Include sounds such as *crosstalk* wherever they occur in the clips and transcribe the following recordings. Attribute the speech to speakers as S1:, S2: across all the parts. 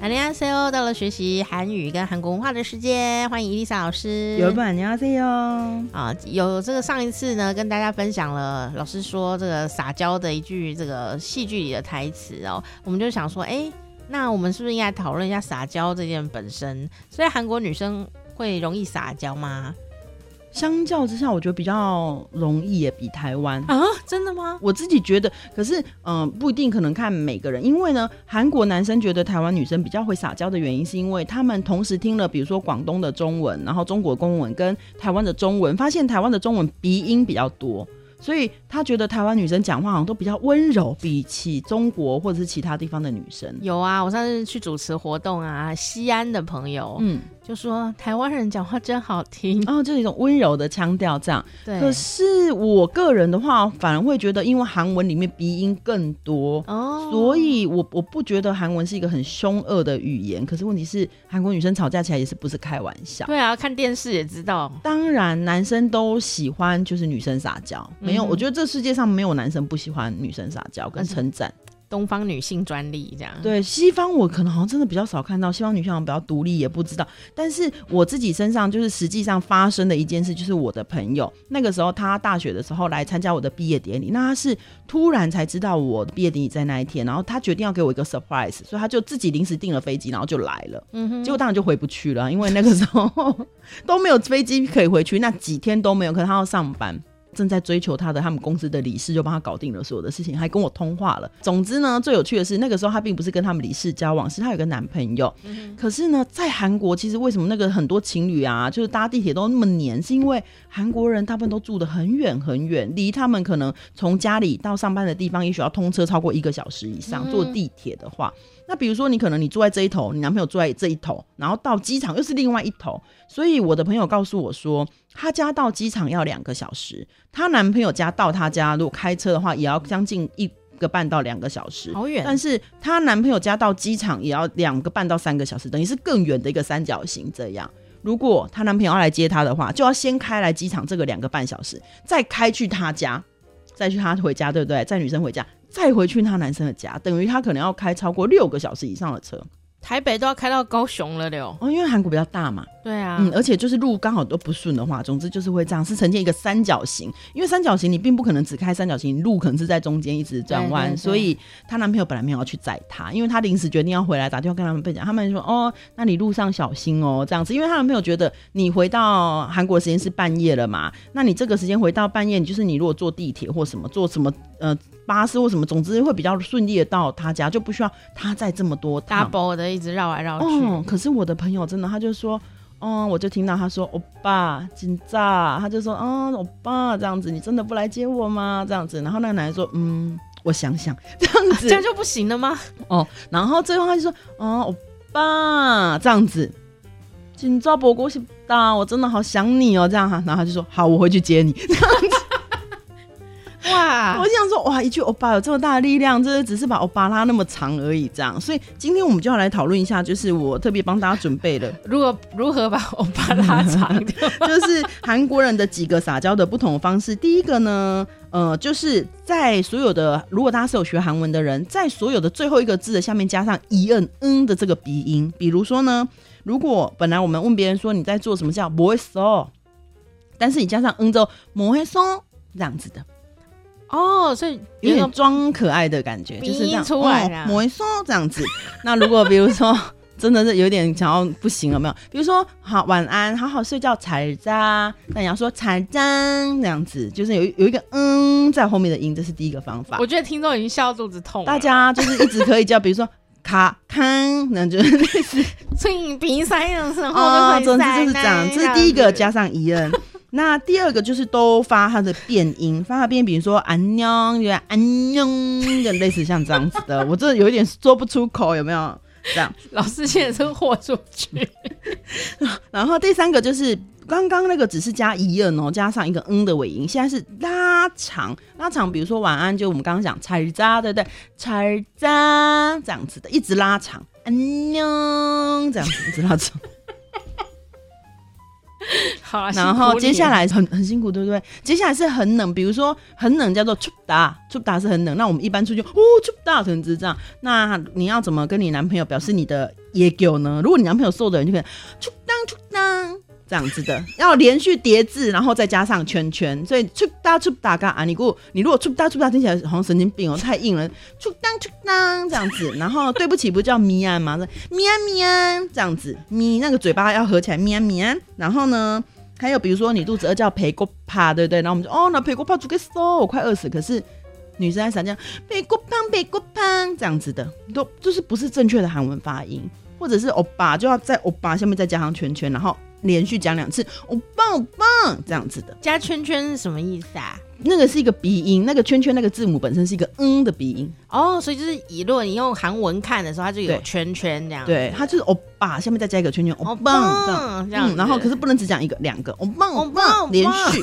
S1: 안녕하세요，到了学习韩语跟韩国文化的时间，欢迎伊丽莎老师。
S2: 有本你 E 要这样，
S1: 啊，有这个上一次呢，跟大家分享了老师说这个撒娇的一句这个戏剧里的台词哦，我们就想说，哎，那我们是不是应该讨论一下撒娇这件本身？所以韩国女生会容易撒娇吗？
S2: 相较之下，我觉得比较容易也比台湾。
S1: 啊，真的吗？
S2: 我自己觉得，可是嗯、呃不一定，可能看每个人。因为呢，韩国男生觉得台湾女生比较会撒娇的原因，是因为他们同时听了比如说广东的中文，然后中国公文跟台湾的中文，发现台湾的中文鼻音比较多。所以他觉得台湾女生讲话好像都比较温柔，比起中国或者是其他地方的女生。
S1: 有啊，我上次去主持活动啊，西安的朋友、
S2: 嗯，
S1: 就说台湾人讲话真好听。
S2: 然后哦就是一种温柔的腔调这样。
S1: 对，
S2: 可是我个人的话，反而会觉得，因为韩文里面鼻音更多，
S1: 哦，
S2: 所以我我不觉得韩文是一个很凶恶的语言。可是问题是，韩国女生吵架起来也是不是开玩笑。
S1: 对啊，看电视也知道。
S2: 当然，男生都喜欢就是女生撒娇，没
S1: 嗯
S2: 有，我觉得这世界上没有男生不喜欢女生撒娇跟称赞。
S1: 东方女性专利这样，
S2: 对，西方我可能好像真的比较少看到，西方女性好像比较独立，也不知道。但是我自己身上就是实际上发生的一件事，就是我的朋友那个时候他大学的时候来参加我的毕业典礼，那他是突然才知道我毕业典礼在那一天，然后他决定要给我一个 surprise，所以他就自己临时订了飞机，然后就来了。
S1: 嗯哼
S2: 结果当然就回不去了，因为那个时候 *laughs* 都没有飞机可以回去，那几天都没有。可是他要上班，正在追求他的他们公司的理事就帮他搞定了所有的事情，还跟我通话了。总之呢，最有趣的是那个时候她并不是跟他们理事交往，是她有个男朋友。可是呢，在韩国其实为什么那个很多情侣啊，就是搭地铁都那么黏，是因为韩国人大部分都住得很远很远，离他们可能从家里到上班的地方，也许要通车超过一个小时以上。
S1: 嗯
S2: 坐地铁的话，那比如说你可能你住在这一头，你男朋友住在这一头，然后到机场又是另外一头。所以我的朋友告诉我说，她家到机场要两个小时，她男朋友家到她家如果开车的话，也要将近一个半到两个小时。
S1: 好远，
S2: 但是她男朋友家到机场也要两个半到三个小时，等于是更远的一个三角形这样。如果她男朋友要来接她的话，就要先开来机场这个两个半小时，再开去她家，再去她回家，对不对？再女生回家，再回去她男生的家，等于她可能要开超过六个小时以上的车
S1: 台北都要开到高雄了了。
S2: 哦，因为韩国比较大嘛，
S1: 对啊，
S2: 嗯，而且就是路刚好都不顺的话，总之就是会这样，是呈现一个三角形。因为三角形你并不可能只开三角形，路可能是在中间一直转弯，
S1: 对对对
S2: 所以她男朋友本来没有要去载她，因为她临时决定要回来，打电话跟他们分享，他们说哦，那你路上小心哦，这样子，因为她男朋友觉得你回到韩国时间是半夜了嘛，那你这个时间回到半夜，你就是你如果坐地铁或什么坐什么呃巴士或什么，总之会比较顺利的到她家，就不需要她载这么多趟。
S1: double 的一直绕来绕去，
S2: 哦，可是我的朋友真的，他就说，哦，我就听到他说，欧巴，紧张，他就说，嗯，欧巴，这样子，你真的不来接我吗？这样子，然后那个男人说，嗯，我想想，这样
S1: 啊这样
S2: 子，
S1: 就不行了吗？
S2: 哦，然后最后他就说，哦，欧巴，这样子，紧张伯国是的，我真的好想你哦，这样哈，然后他就说，好，我回去接你。
S1: 哇
S2: 我，就想说，哇，一句欧巴有这么大的力量，这只是把欧巴拉那么长而已，这样。所以今天我们就要来讨论一下，就是我特别帮大家准备了。
S1: 如果如何把欧巴拉长
S2: *laughs*
S1: 掉？
S2: 就是韩国人的几个撒娇的不同方式。第一个呢，呃，就是在所有的，如果大家是有学韩文的人，在所有的最后一个字的下面加上 e n n 的这个鼻音。比如说呢，如果本来我们问别人说你在做什么叫 m o i s o 但是你加上 n 之后 m o i s o 这样子的，
S1: 哦，所以有
S2: 有
S1: 一
S2: 点
S1: 种
S2: 装可爱的感觉，
S1: 鼻
S2: 就
S1: 音
S2: 是这样
S1: 出来啦
S2: 哦摩一松这样子。 *laughs* 那如果比如说 *laughs* 真的是有点想要不行了，没有？比如说好晚安，好好睡觉，才渣。那你要说才渣这样子，就是有一有一个嗯在后面的音，这是第一个方法
S1: 我。觉得听众已经笑到肚子痛了。
S2: 大家就是一直可以叫，比如说卡康，那就是类似
S1: 吹鼻塞的时候
S2: 哦，
S1: 就
S2: 总
S1: 会
S2: 之
S1: 塞
S2: 就是这样，这是第一个加上疑恩。 *laughs* 那第二个就是都发它的变音，发它的变音，比如说安妞，原来安妞就类似像这样子的，我真的有一点说不出口，有没有？这样， *laughs*
S1: 老师现在是豁出去，
S2: 然后第三个就是刚刚那个只是加一嗯哦，加上一个嗯的尾音，现在是拉长拉长，比如说晚安，就我们刚刚讲采扎，对不对？采扎这样子的，一直拉长，安妞这样子一直拉长。
S3: 好啊，
S2: 然后接下
S3: 来
S2: 来很很辛苦，对不对？接下来是很冷，比如说很冷叫做 c h u p d a c h u p d a 是很冷。那我们一般出去哦 c h u p d a 可能只是这样。那你要怎么跟你男朋友表示你的野狗呢？如果你男朋友瘦的人，就可以 c h u p d a c h u p d a 这样子的，要连续叠字，然后再加上圈圈。所以 c h u p d a c h u p d a 嘎啊，你给我，你如果 c h u p d a c h u p d a 听起来好像神经病哦，太硬了 c h u p d a c h u p d a 这样子。然后对不起，不叫咪安吗？咪安咪安这样子，咪那个嘴巴要合起来，咪安咪安。然后呢？还有比如说你肚子饿叫陪过趴，对不对？然后我们就哦，那陪过趴煮个嗦，我快饿死。可是女生在想这样陪过胖陪过胖这样子的，都就是不是正确的韩文发音，或者是欧巴就要在欧巴下面再加上圈圈，然后连续讲两次欧巴欧巴这样子的。
S1: 加圈圈是什么意思啊？
S2: 那个是一个鼻音，那个圈圈那个字母本身是一个嗯的鼻音，
S1: 哦，所以就是以如果你用韩文看的时候，它就有
S2: 对
S1: 圈圈这样。，
S2: 对，它就是欧巴下面再加一个圈圈欧
S1: 哦
S2: 巴这样。
S1: 棒这样子、
S2: 嗯，然后可是不能只讲一个，两个，欧巴
S1: 欧
S2: 欧
S1: 巴
S2: 巴
S1: 欧巴
S2: 连续。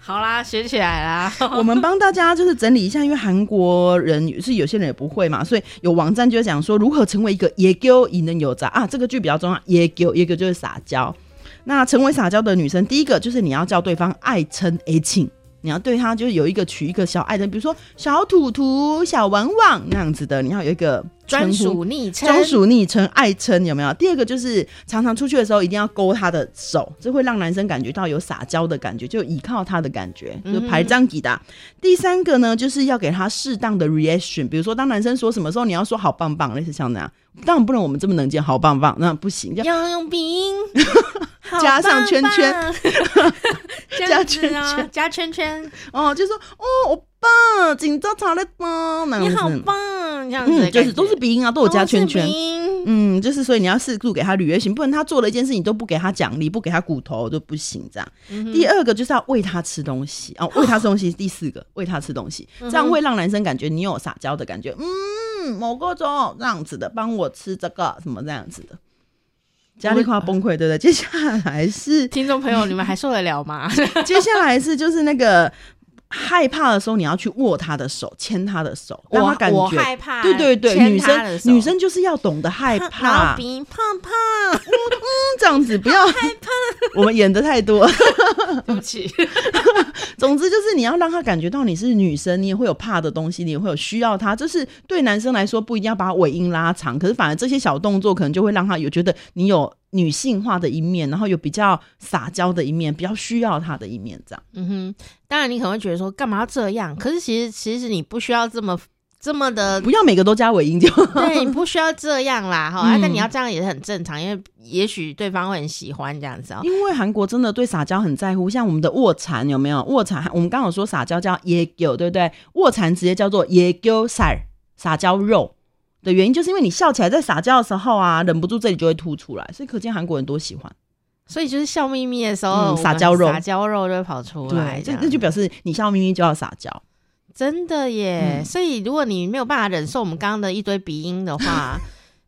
S3: 好啦，学起来
S2: *laughs*
S3: 啦。
S2: 我们帮大家就是整理一下，因为韩国人是有些人也不会嘛，所以有网站就会讲说如何成为一个野狗也能有杂啊，这个剧比较重要。野狗野狗就是撒娇，那成为撒娇的女生，第一个就是你要叫对方爱称 A 庆。你要对她就是有一个取一个小爱称，比如说小土土、小王王那样子的，你要有一个
S1: 专
S2: 称呼
S1: 属昵称，
S2: 专属昵称、爱称有没有？第二个就是常常出去的时候一定要勾他的手，这会让男生感觉到有撒娇的感觉，就依靠他的感觉，
S1: 嗯
S2: 就排张吉达。第三个呢，就是要给他适当的 reaction，比如说当男生说什么时候，你要说好棒棒，类似像那样。当然不能我们这么能见，好棒棒那不行，要
S1: 要用鼻 *laughs* 音，好
S2: 加上圈圈
S1: 棒棒， *laughs*
S3: 这样子
S1: 加圈
S3: 啊，
S1: 圈
S3: 加圈圈，
S2: 哦，就说哦，欧巴，紧张查了吗？那样
S1: 你
S2: 子
S1: 好棒，这样子的
S2: 嗯，
S1: 感觉、哦
S2: 就是都是鼻音啊，都有加圈圈
S1: 都是。鼻音
S2: 嗯，就是所以你要适度给他履约行，不然他做了一件事情都不给他奖励，不给他骨头就不行。这样，
S1: 嗯
S2: 第二个就是要喂他吃东西哦，喂他吃东西。第四个，喂他吃东西，
S1: 嗯
S2: 这样会让男生感觉你有撒娇的感觉。嗯，某个种这样子的，帮我吃这个什么这样子的，家里快要崩溃，对不对？接下来
S1: *laughs*
S2: 是
S3: 听众朋友，你们还受得了吗？
S2: 接下来是就是那个害怕的时候，你要去握他的手，牵他的手，让他
S1: 我
S2: 感
S1: 我
S2: 觉。
S1: 害怕，
S2: 对对对，
S1: 牵
S2: 女
S1: 他的手
S2: 生女生就是要懂得害
S1: 哼 *laughs* 然
S2: 怕
S1: 后，鼻音胖胖， *laughs*
S2: 这样子不要害怕， *laughs* 我们演的太多。
S3: 对不起，
S2: 总之就是你要让他感觉到你是女生，你也会有怕的东西，你也会有需要他。就是对男生来说不一定要把尾音拉长，可是反而这些小动作可能就会让他有觉得你有女性化的一面，然后有比较撒娇的一面，比较需要他的一面，这样。
S1: 嗯哼，当然你可能会觉得说干嘛要这样，可是其实其实你不需要这么这么 *laughs* 的
S2: 不要每个都加尾音就。
S1: 对，你不需要这样啦，哈、啊
S2: 嗯
S1: 但你要这样也是很正常，因为也许对方会很喜欢这样子哦、
S2: 因为韩国真的对撒娇很在乎，像我们的卧蚕有没有？卧蚕，我们刚好说撒娇叫野狗，对不对？卧蚕直接叫做野狗撒撒娇肉的原因，就是因为你笑起来在撒娇的时候啊，忍不住这里就会凸出来，所以可见韩国人多喜欢。
S1: 所以就是笑眯眯的时候，
S2: 嗯
S1: 我们
S2: 撒娇肉
S1: 撒娇肉就会跑出来
S2: 对，
S1: 这
S2: 这
S1: 样，
S2: 这就表示你笑眯眯就要撒娇。
S1: 真的耶、
S2: 嗯
S1: 所以如果你没有办法忍受我们刚刚的一堆鼻音的话。 *laughs*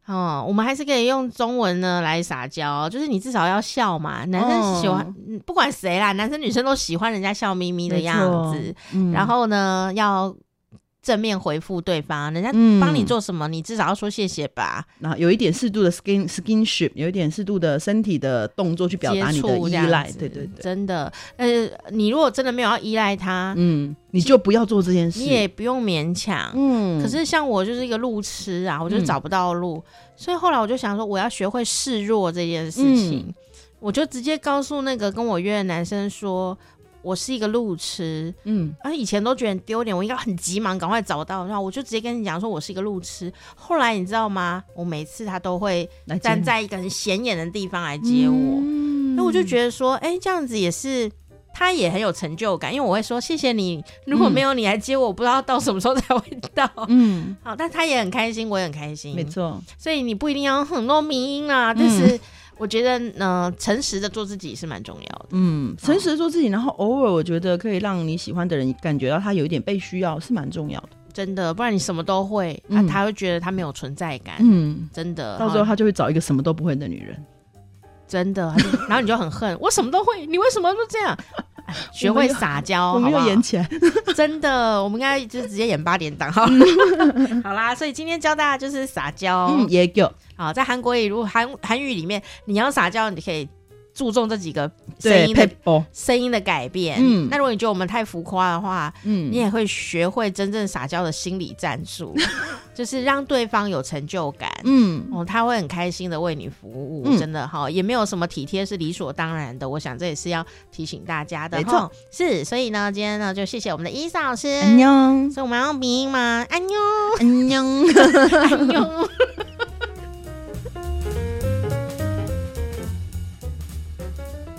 S1: 哦，我们还是可以用中文呢来撒娇，就是你至少要笑嘛。男生喜欢，
S2: 哦
S1: 嗯不管谁啦，男生女生都喜欢人家笑眯眯的
S2: 没
S1: 样
S2: 错
S1: 子。
S2: 嗯
S1: 然后呢，要正面回复对方，人家
S2: 嗯
S1: 帮你做什么，你至少要说谢谢吧。
S2: 然后有一点适度的 skin skinship，有一点适度的身体的动作去表达你的
S1: 接触
S2: 依
S1: 这样
S2: 赖。
S1: 子
S2: 对对对，
S1: 真的，呃，你如果真的没有要依赖他，
S2: 嗯，你就不要做这件事。
S1: 你也不用勉强。
S2: 嗯，
S1: 可是像我就是一个路痴啊，我就找不到路，所以后来我就想说，我要学会示弱这件事情，我就直接告诉那个跟我约的男生说。我是一个路痴，
S2: 嗯，
S1: 啊，以前都觉得很丢脸，我应该很急忙赶快找到，然后我就直接跟你讲说我是一个路痴。后来你知道吗？我每次他都会
S2: 来
S1: 站
S2: 接
S1: 在一个很显眼的地方来接我，
S2: 嗯
S1: 那我就觉得说，哎、这样子也是。他也很有成就感，因为我会说谢谢你。如果没有你来接我，我不知道到什么时候才会到。
S2: 嗯，
S1: 好，但他也很开心，我也很开心。
S2: 没，错，嗯
S1: 所以你不一定要很多迷音啊，但是我觉得，呃，诚实的做自己是蛮重要的。
S2: 嗯，诚实地做自己，然后偶尔我觉得可以让你喜欢的人感觉到他有一点被需要，是蛮重要的。
S1: 真的，不然你什么都会，他、
S2: 嗯
S1: 他会觉得他没有存在感，
S2: 嗯，
S1: 真的。
S2: 到时候
S1: 哈
S2: 他就会找一个什么都不会的女人。
S1: 真的，他就 *laughs* 然后你就很恨，我什么都会，你为什么都这样？哎学会撒娇，
S2: *laughs* 我
S1: 好
S2: 们要
S1: 不好
S2: 演起来，
S1: 真的，我们应该就直接演八点档哈。 *laughs* 好啦，所以今天教大家就是撒娇。
S2: 嗯，也有
S1: 好，在韩国语，如果韩韩语里面，你要撒娇，你可以注重这几个声
S2: 对
S1: 音
S2: 配
S1: 的
S2: 波，
S1: 声音的改变。
S2: 嗯
S1: 那如果你觉得我们太浮夸的话，
S2: 嗯
S1: 你也会学会真正撒娇的心理战
S2: *laughs*
S1: 术，就是让对方有成就感。
S2: 嗯，
S1: 哦，他会很开心的为你服务，
S2: 嗯
S1: 真的哈、也没有什么体贴是理所当然的。我想这也是要提醒大家的
S2: 没
S1: 哈。是，所以呢，今天呢就谢谢我们的伊莎老师，
S2: 安妞，
S1: 所以我们要用鼻音吗？安妞，
S2: 安妞。 *laughs*
S1: 安妞。 *laughs*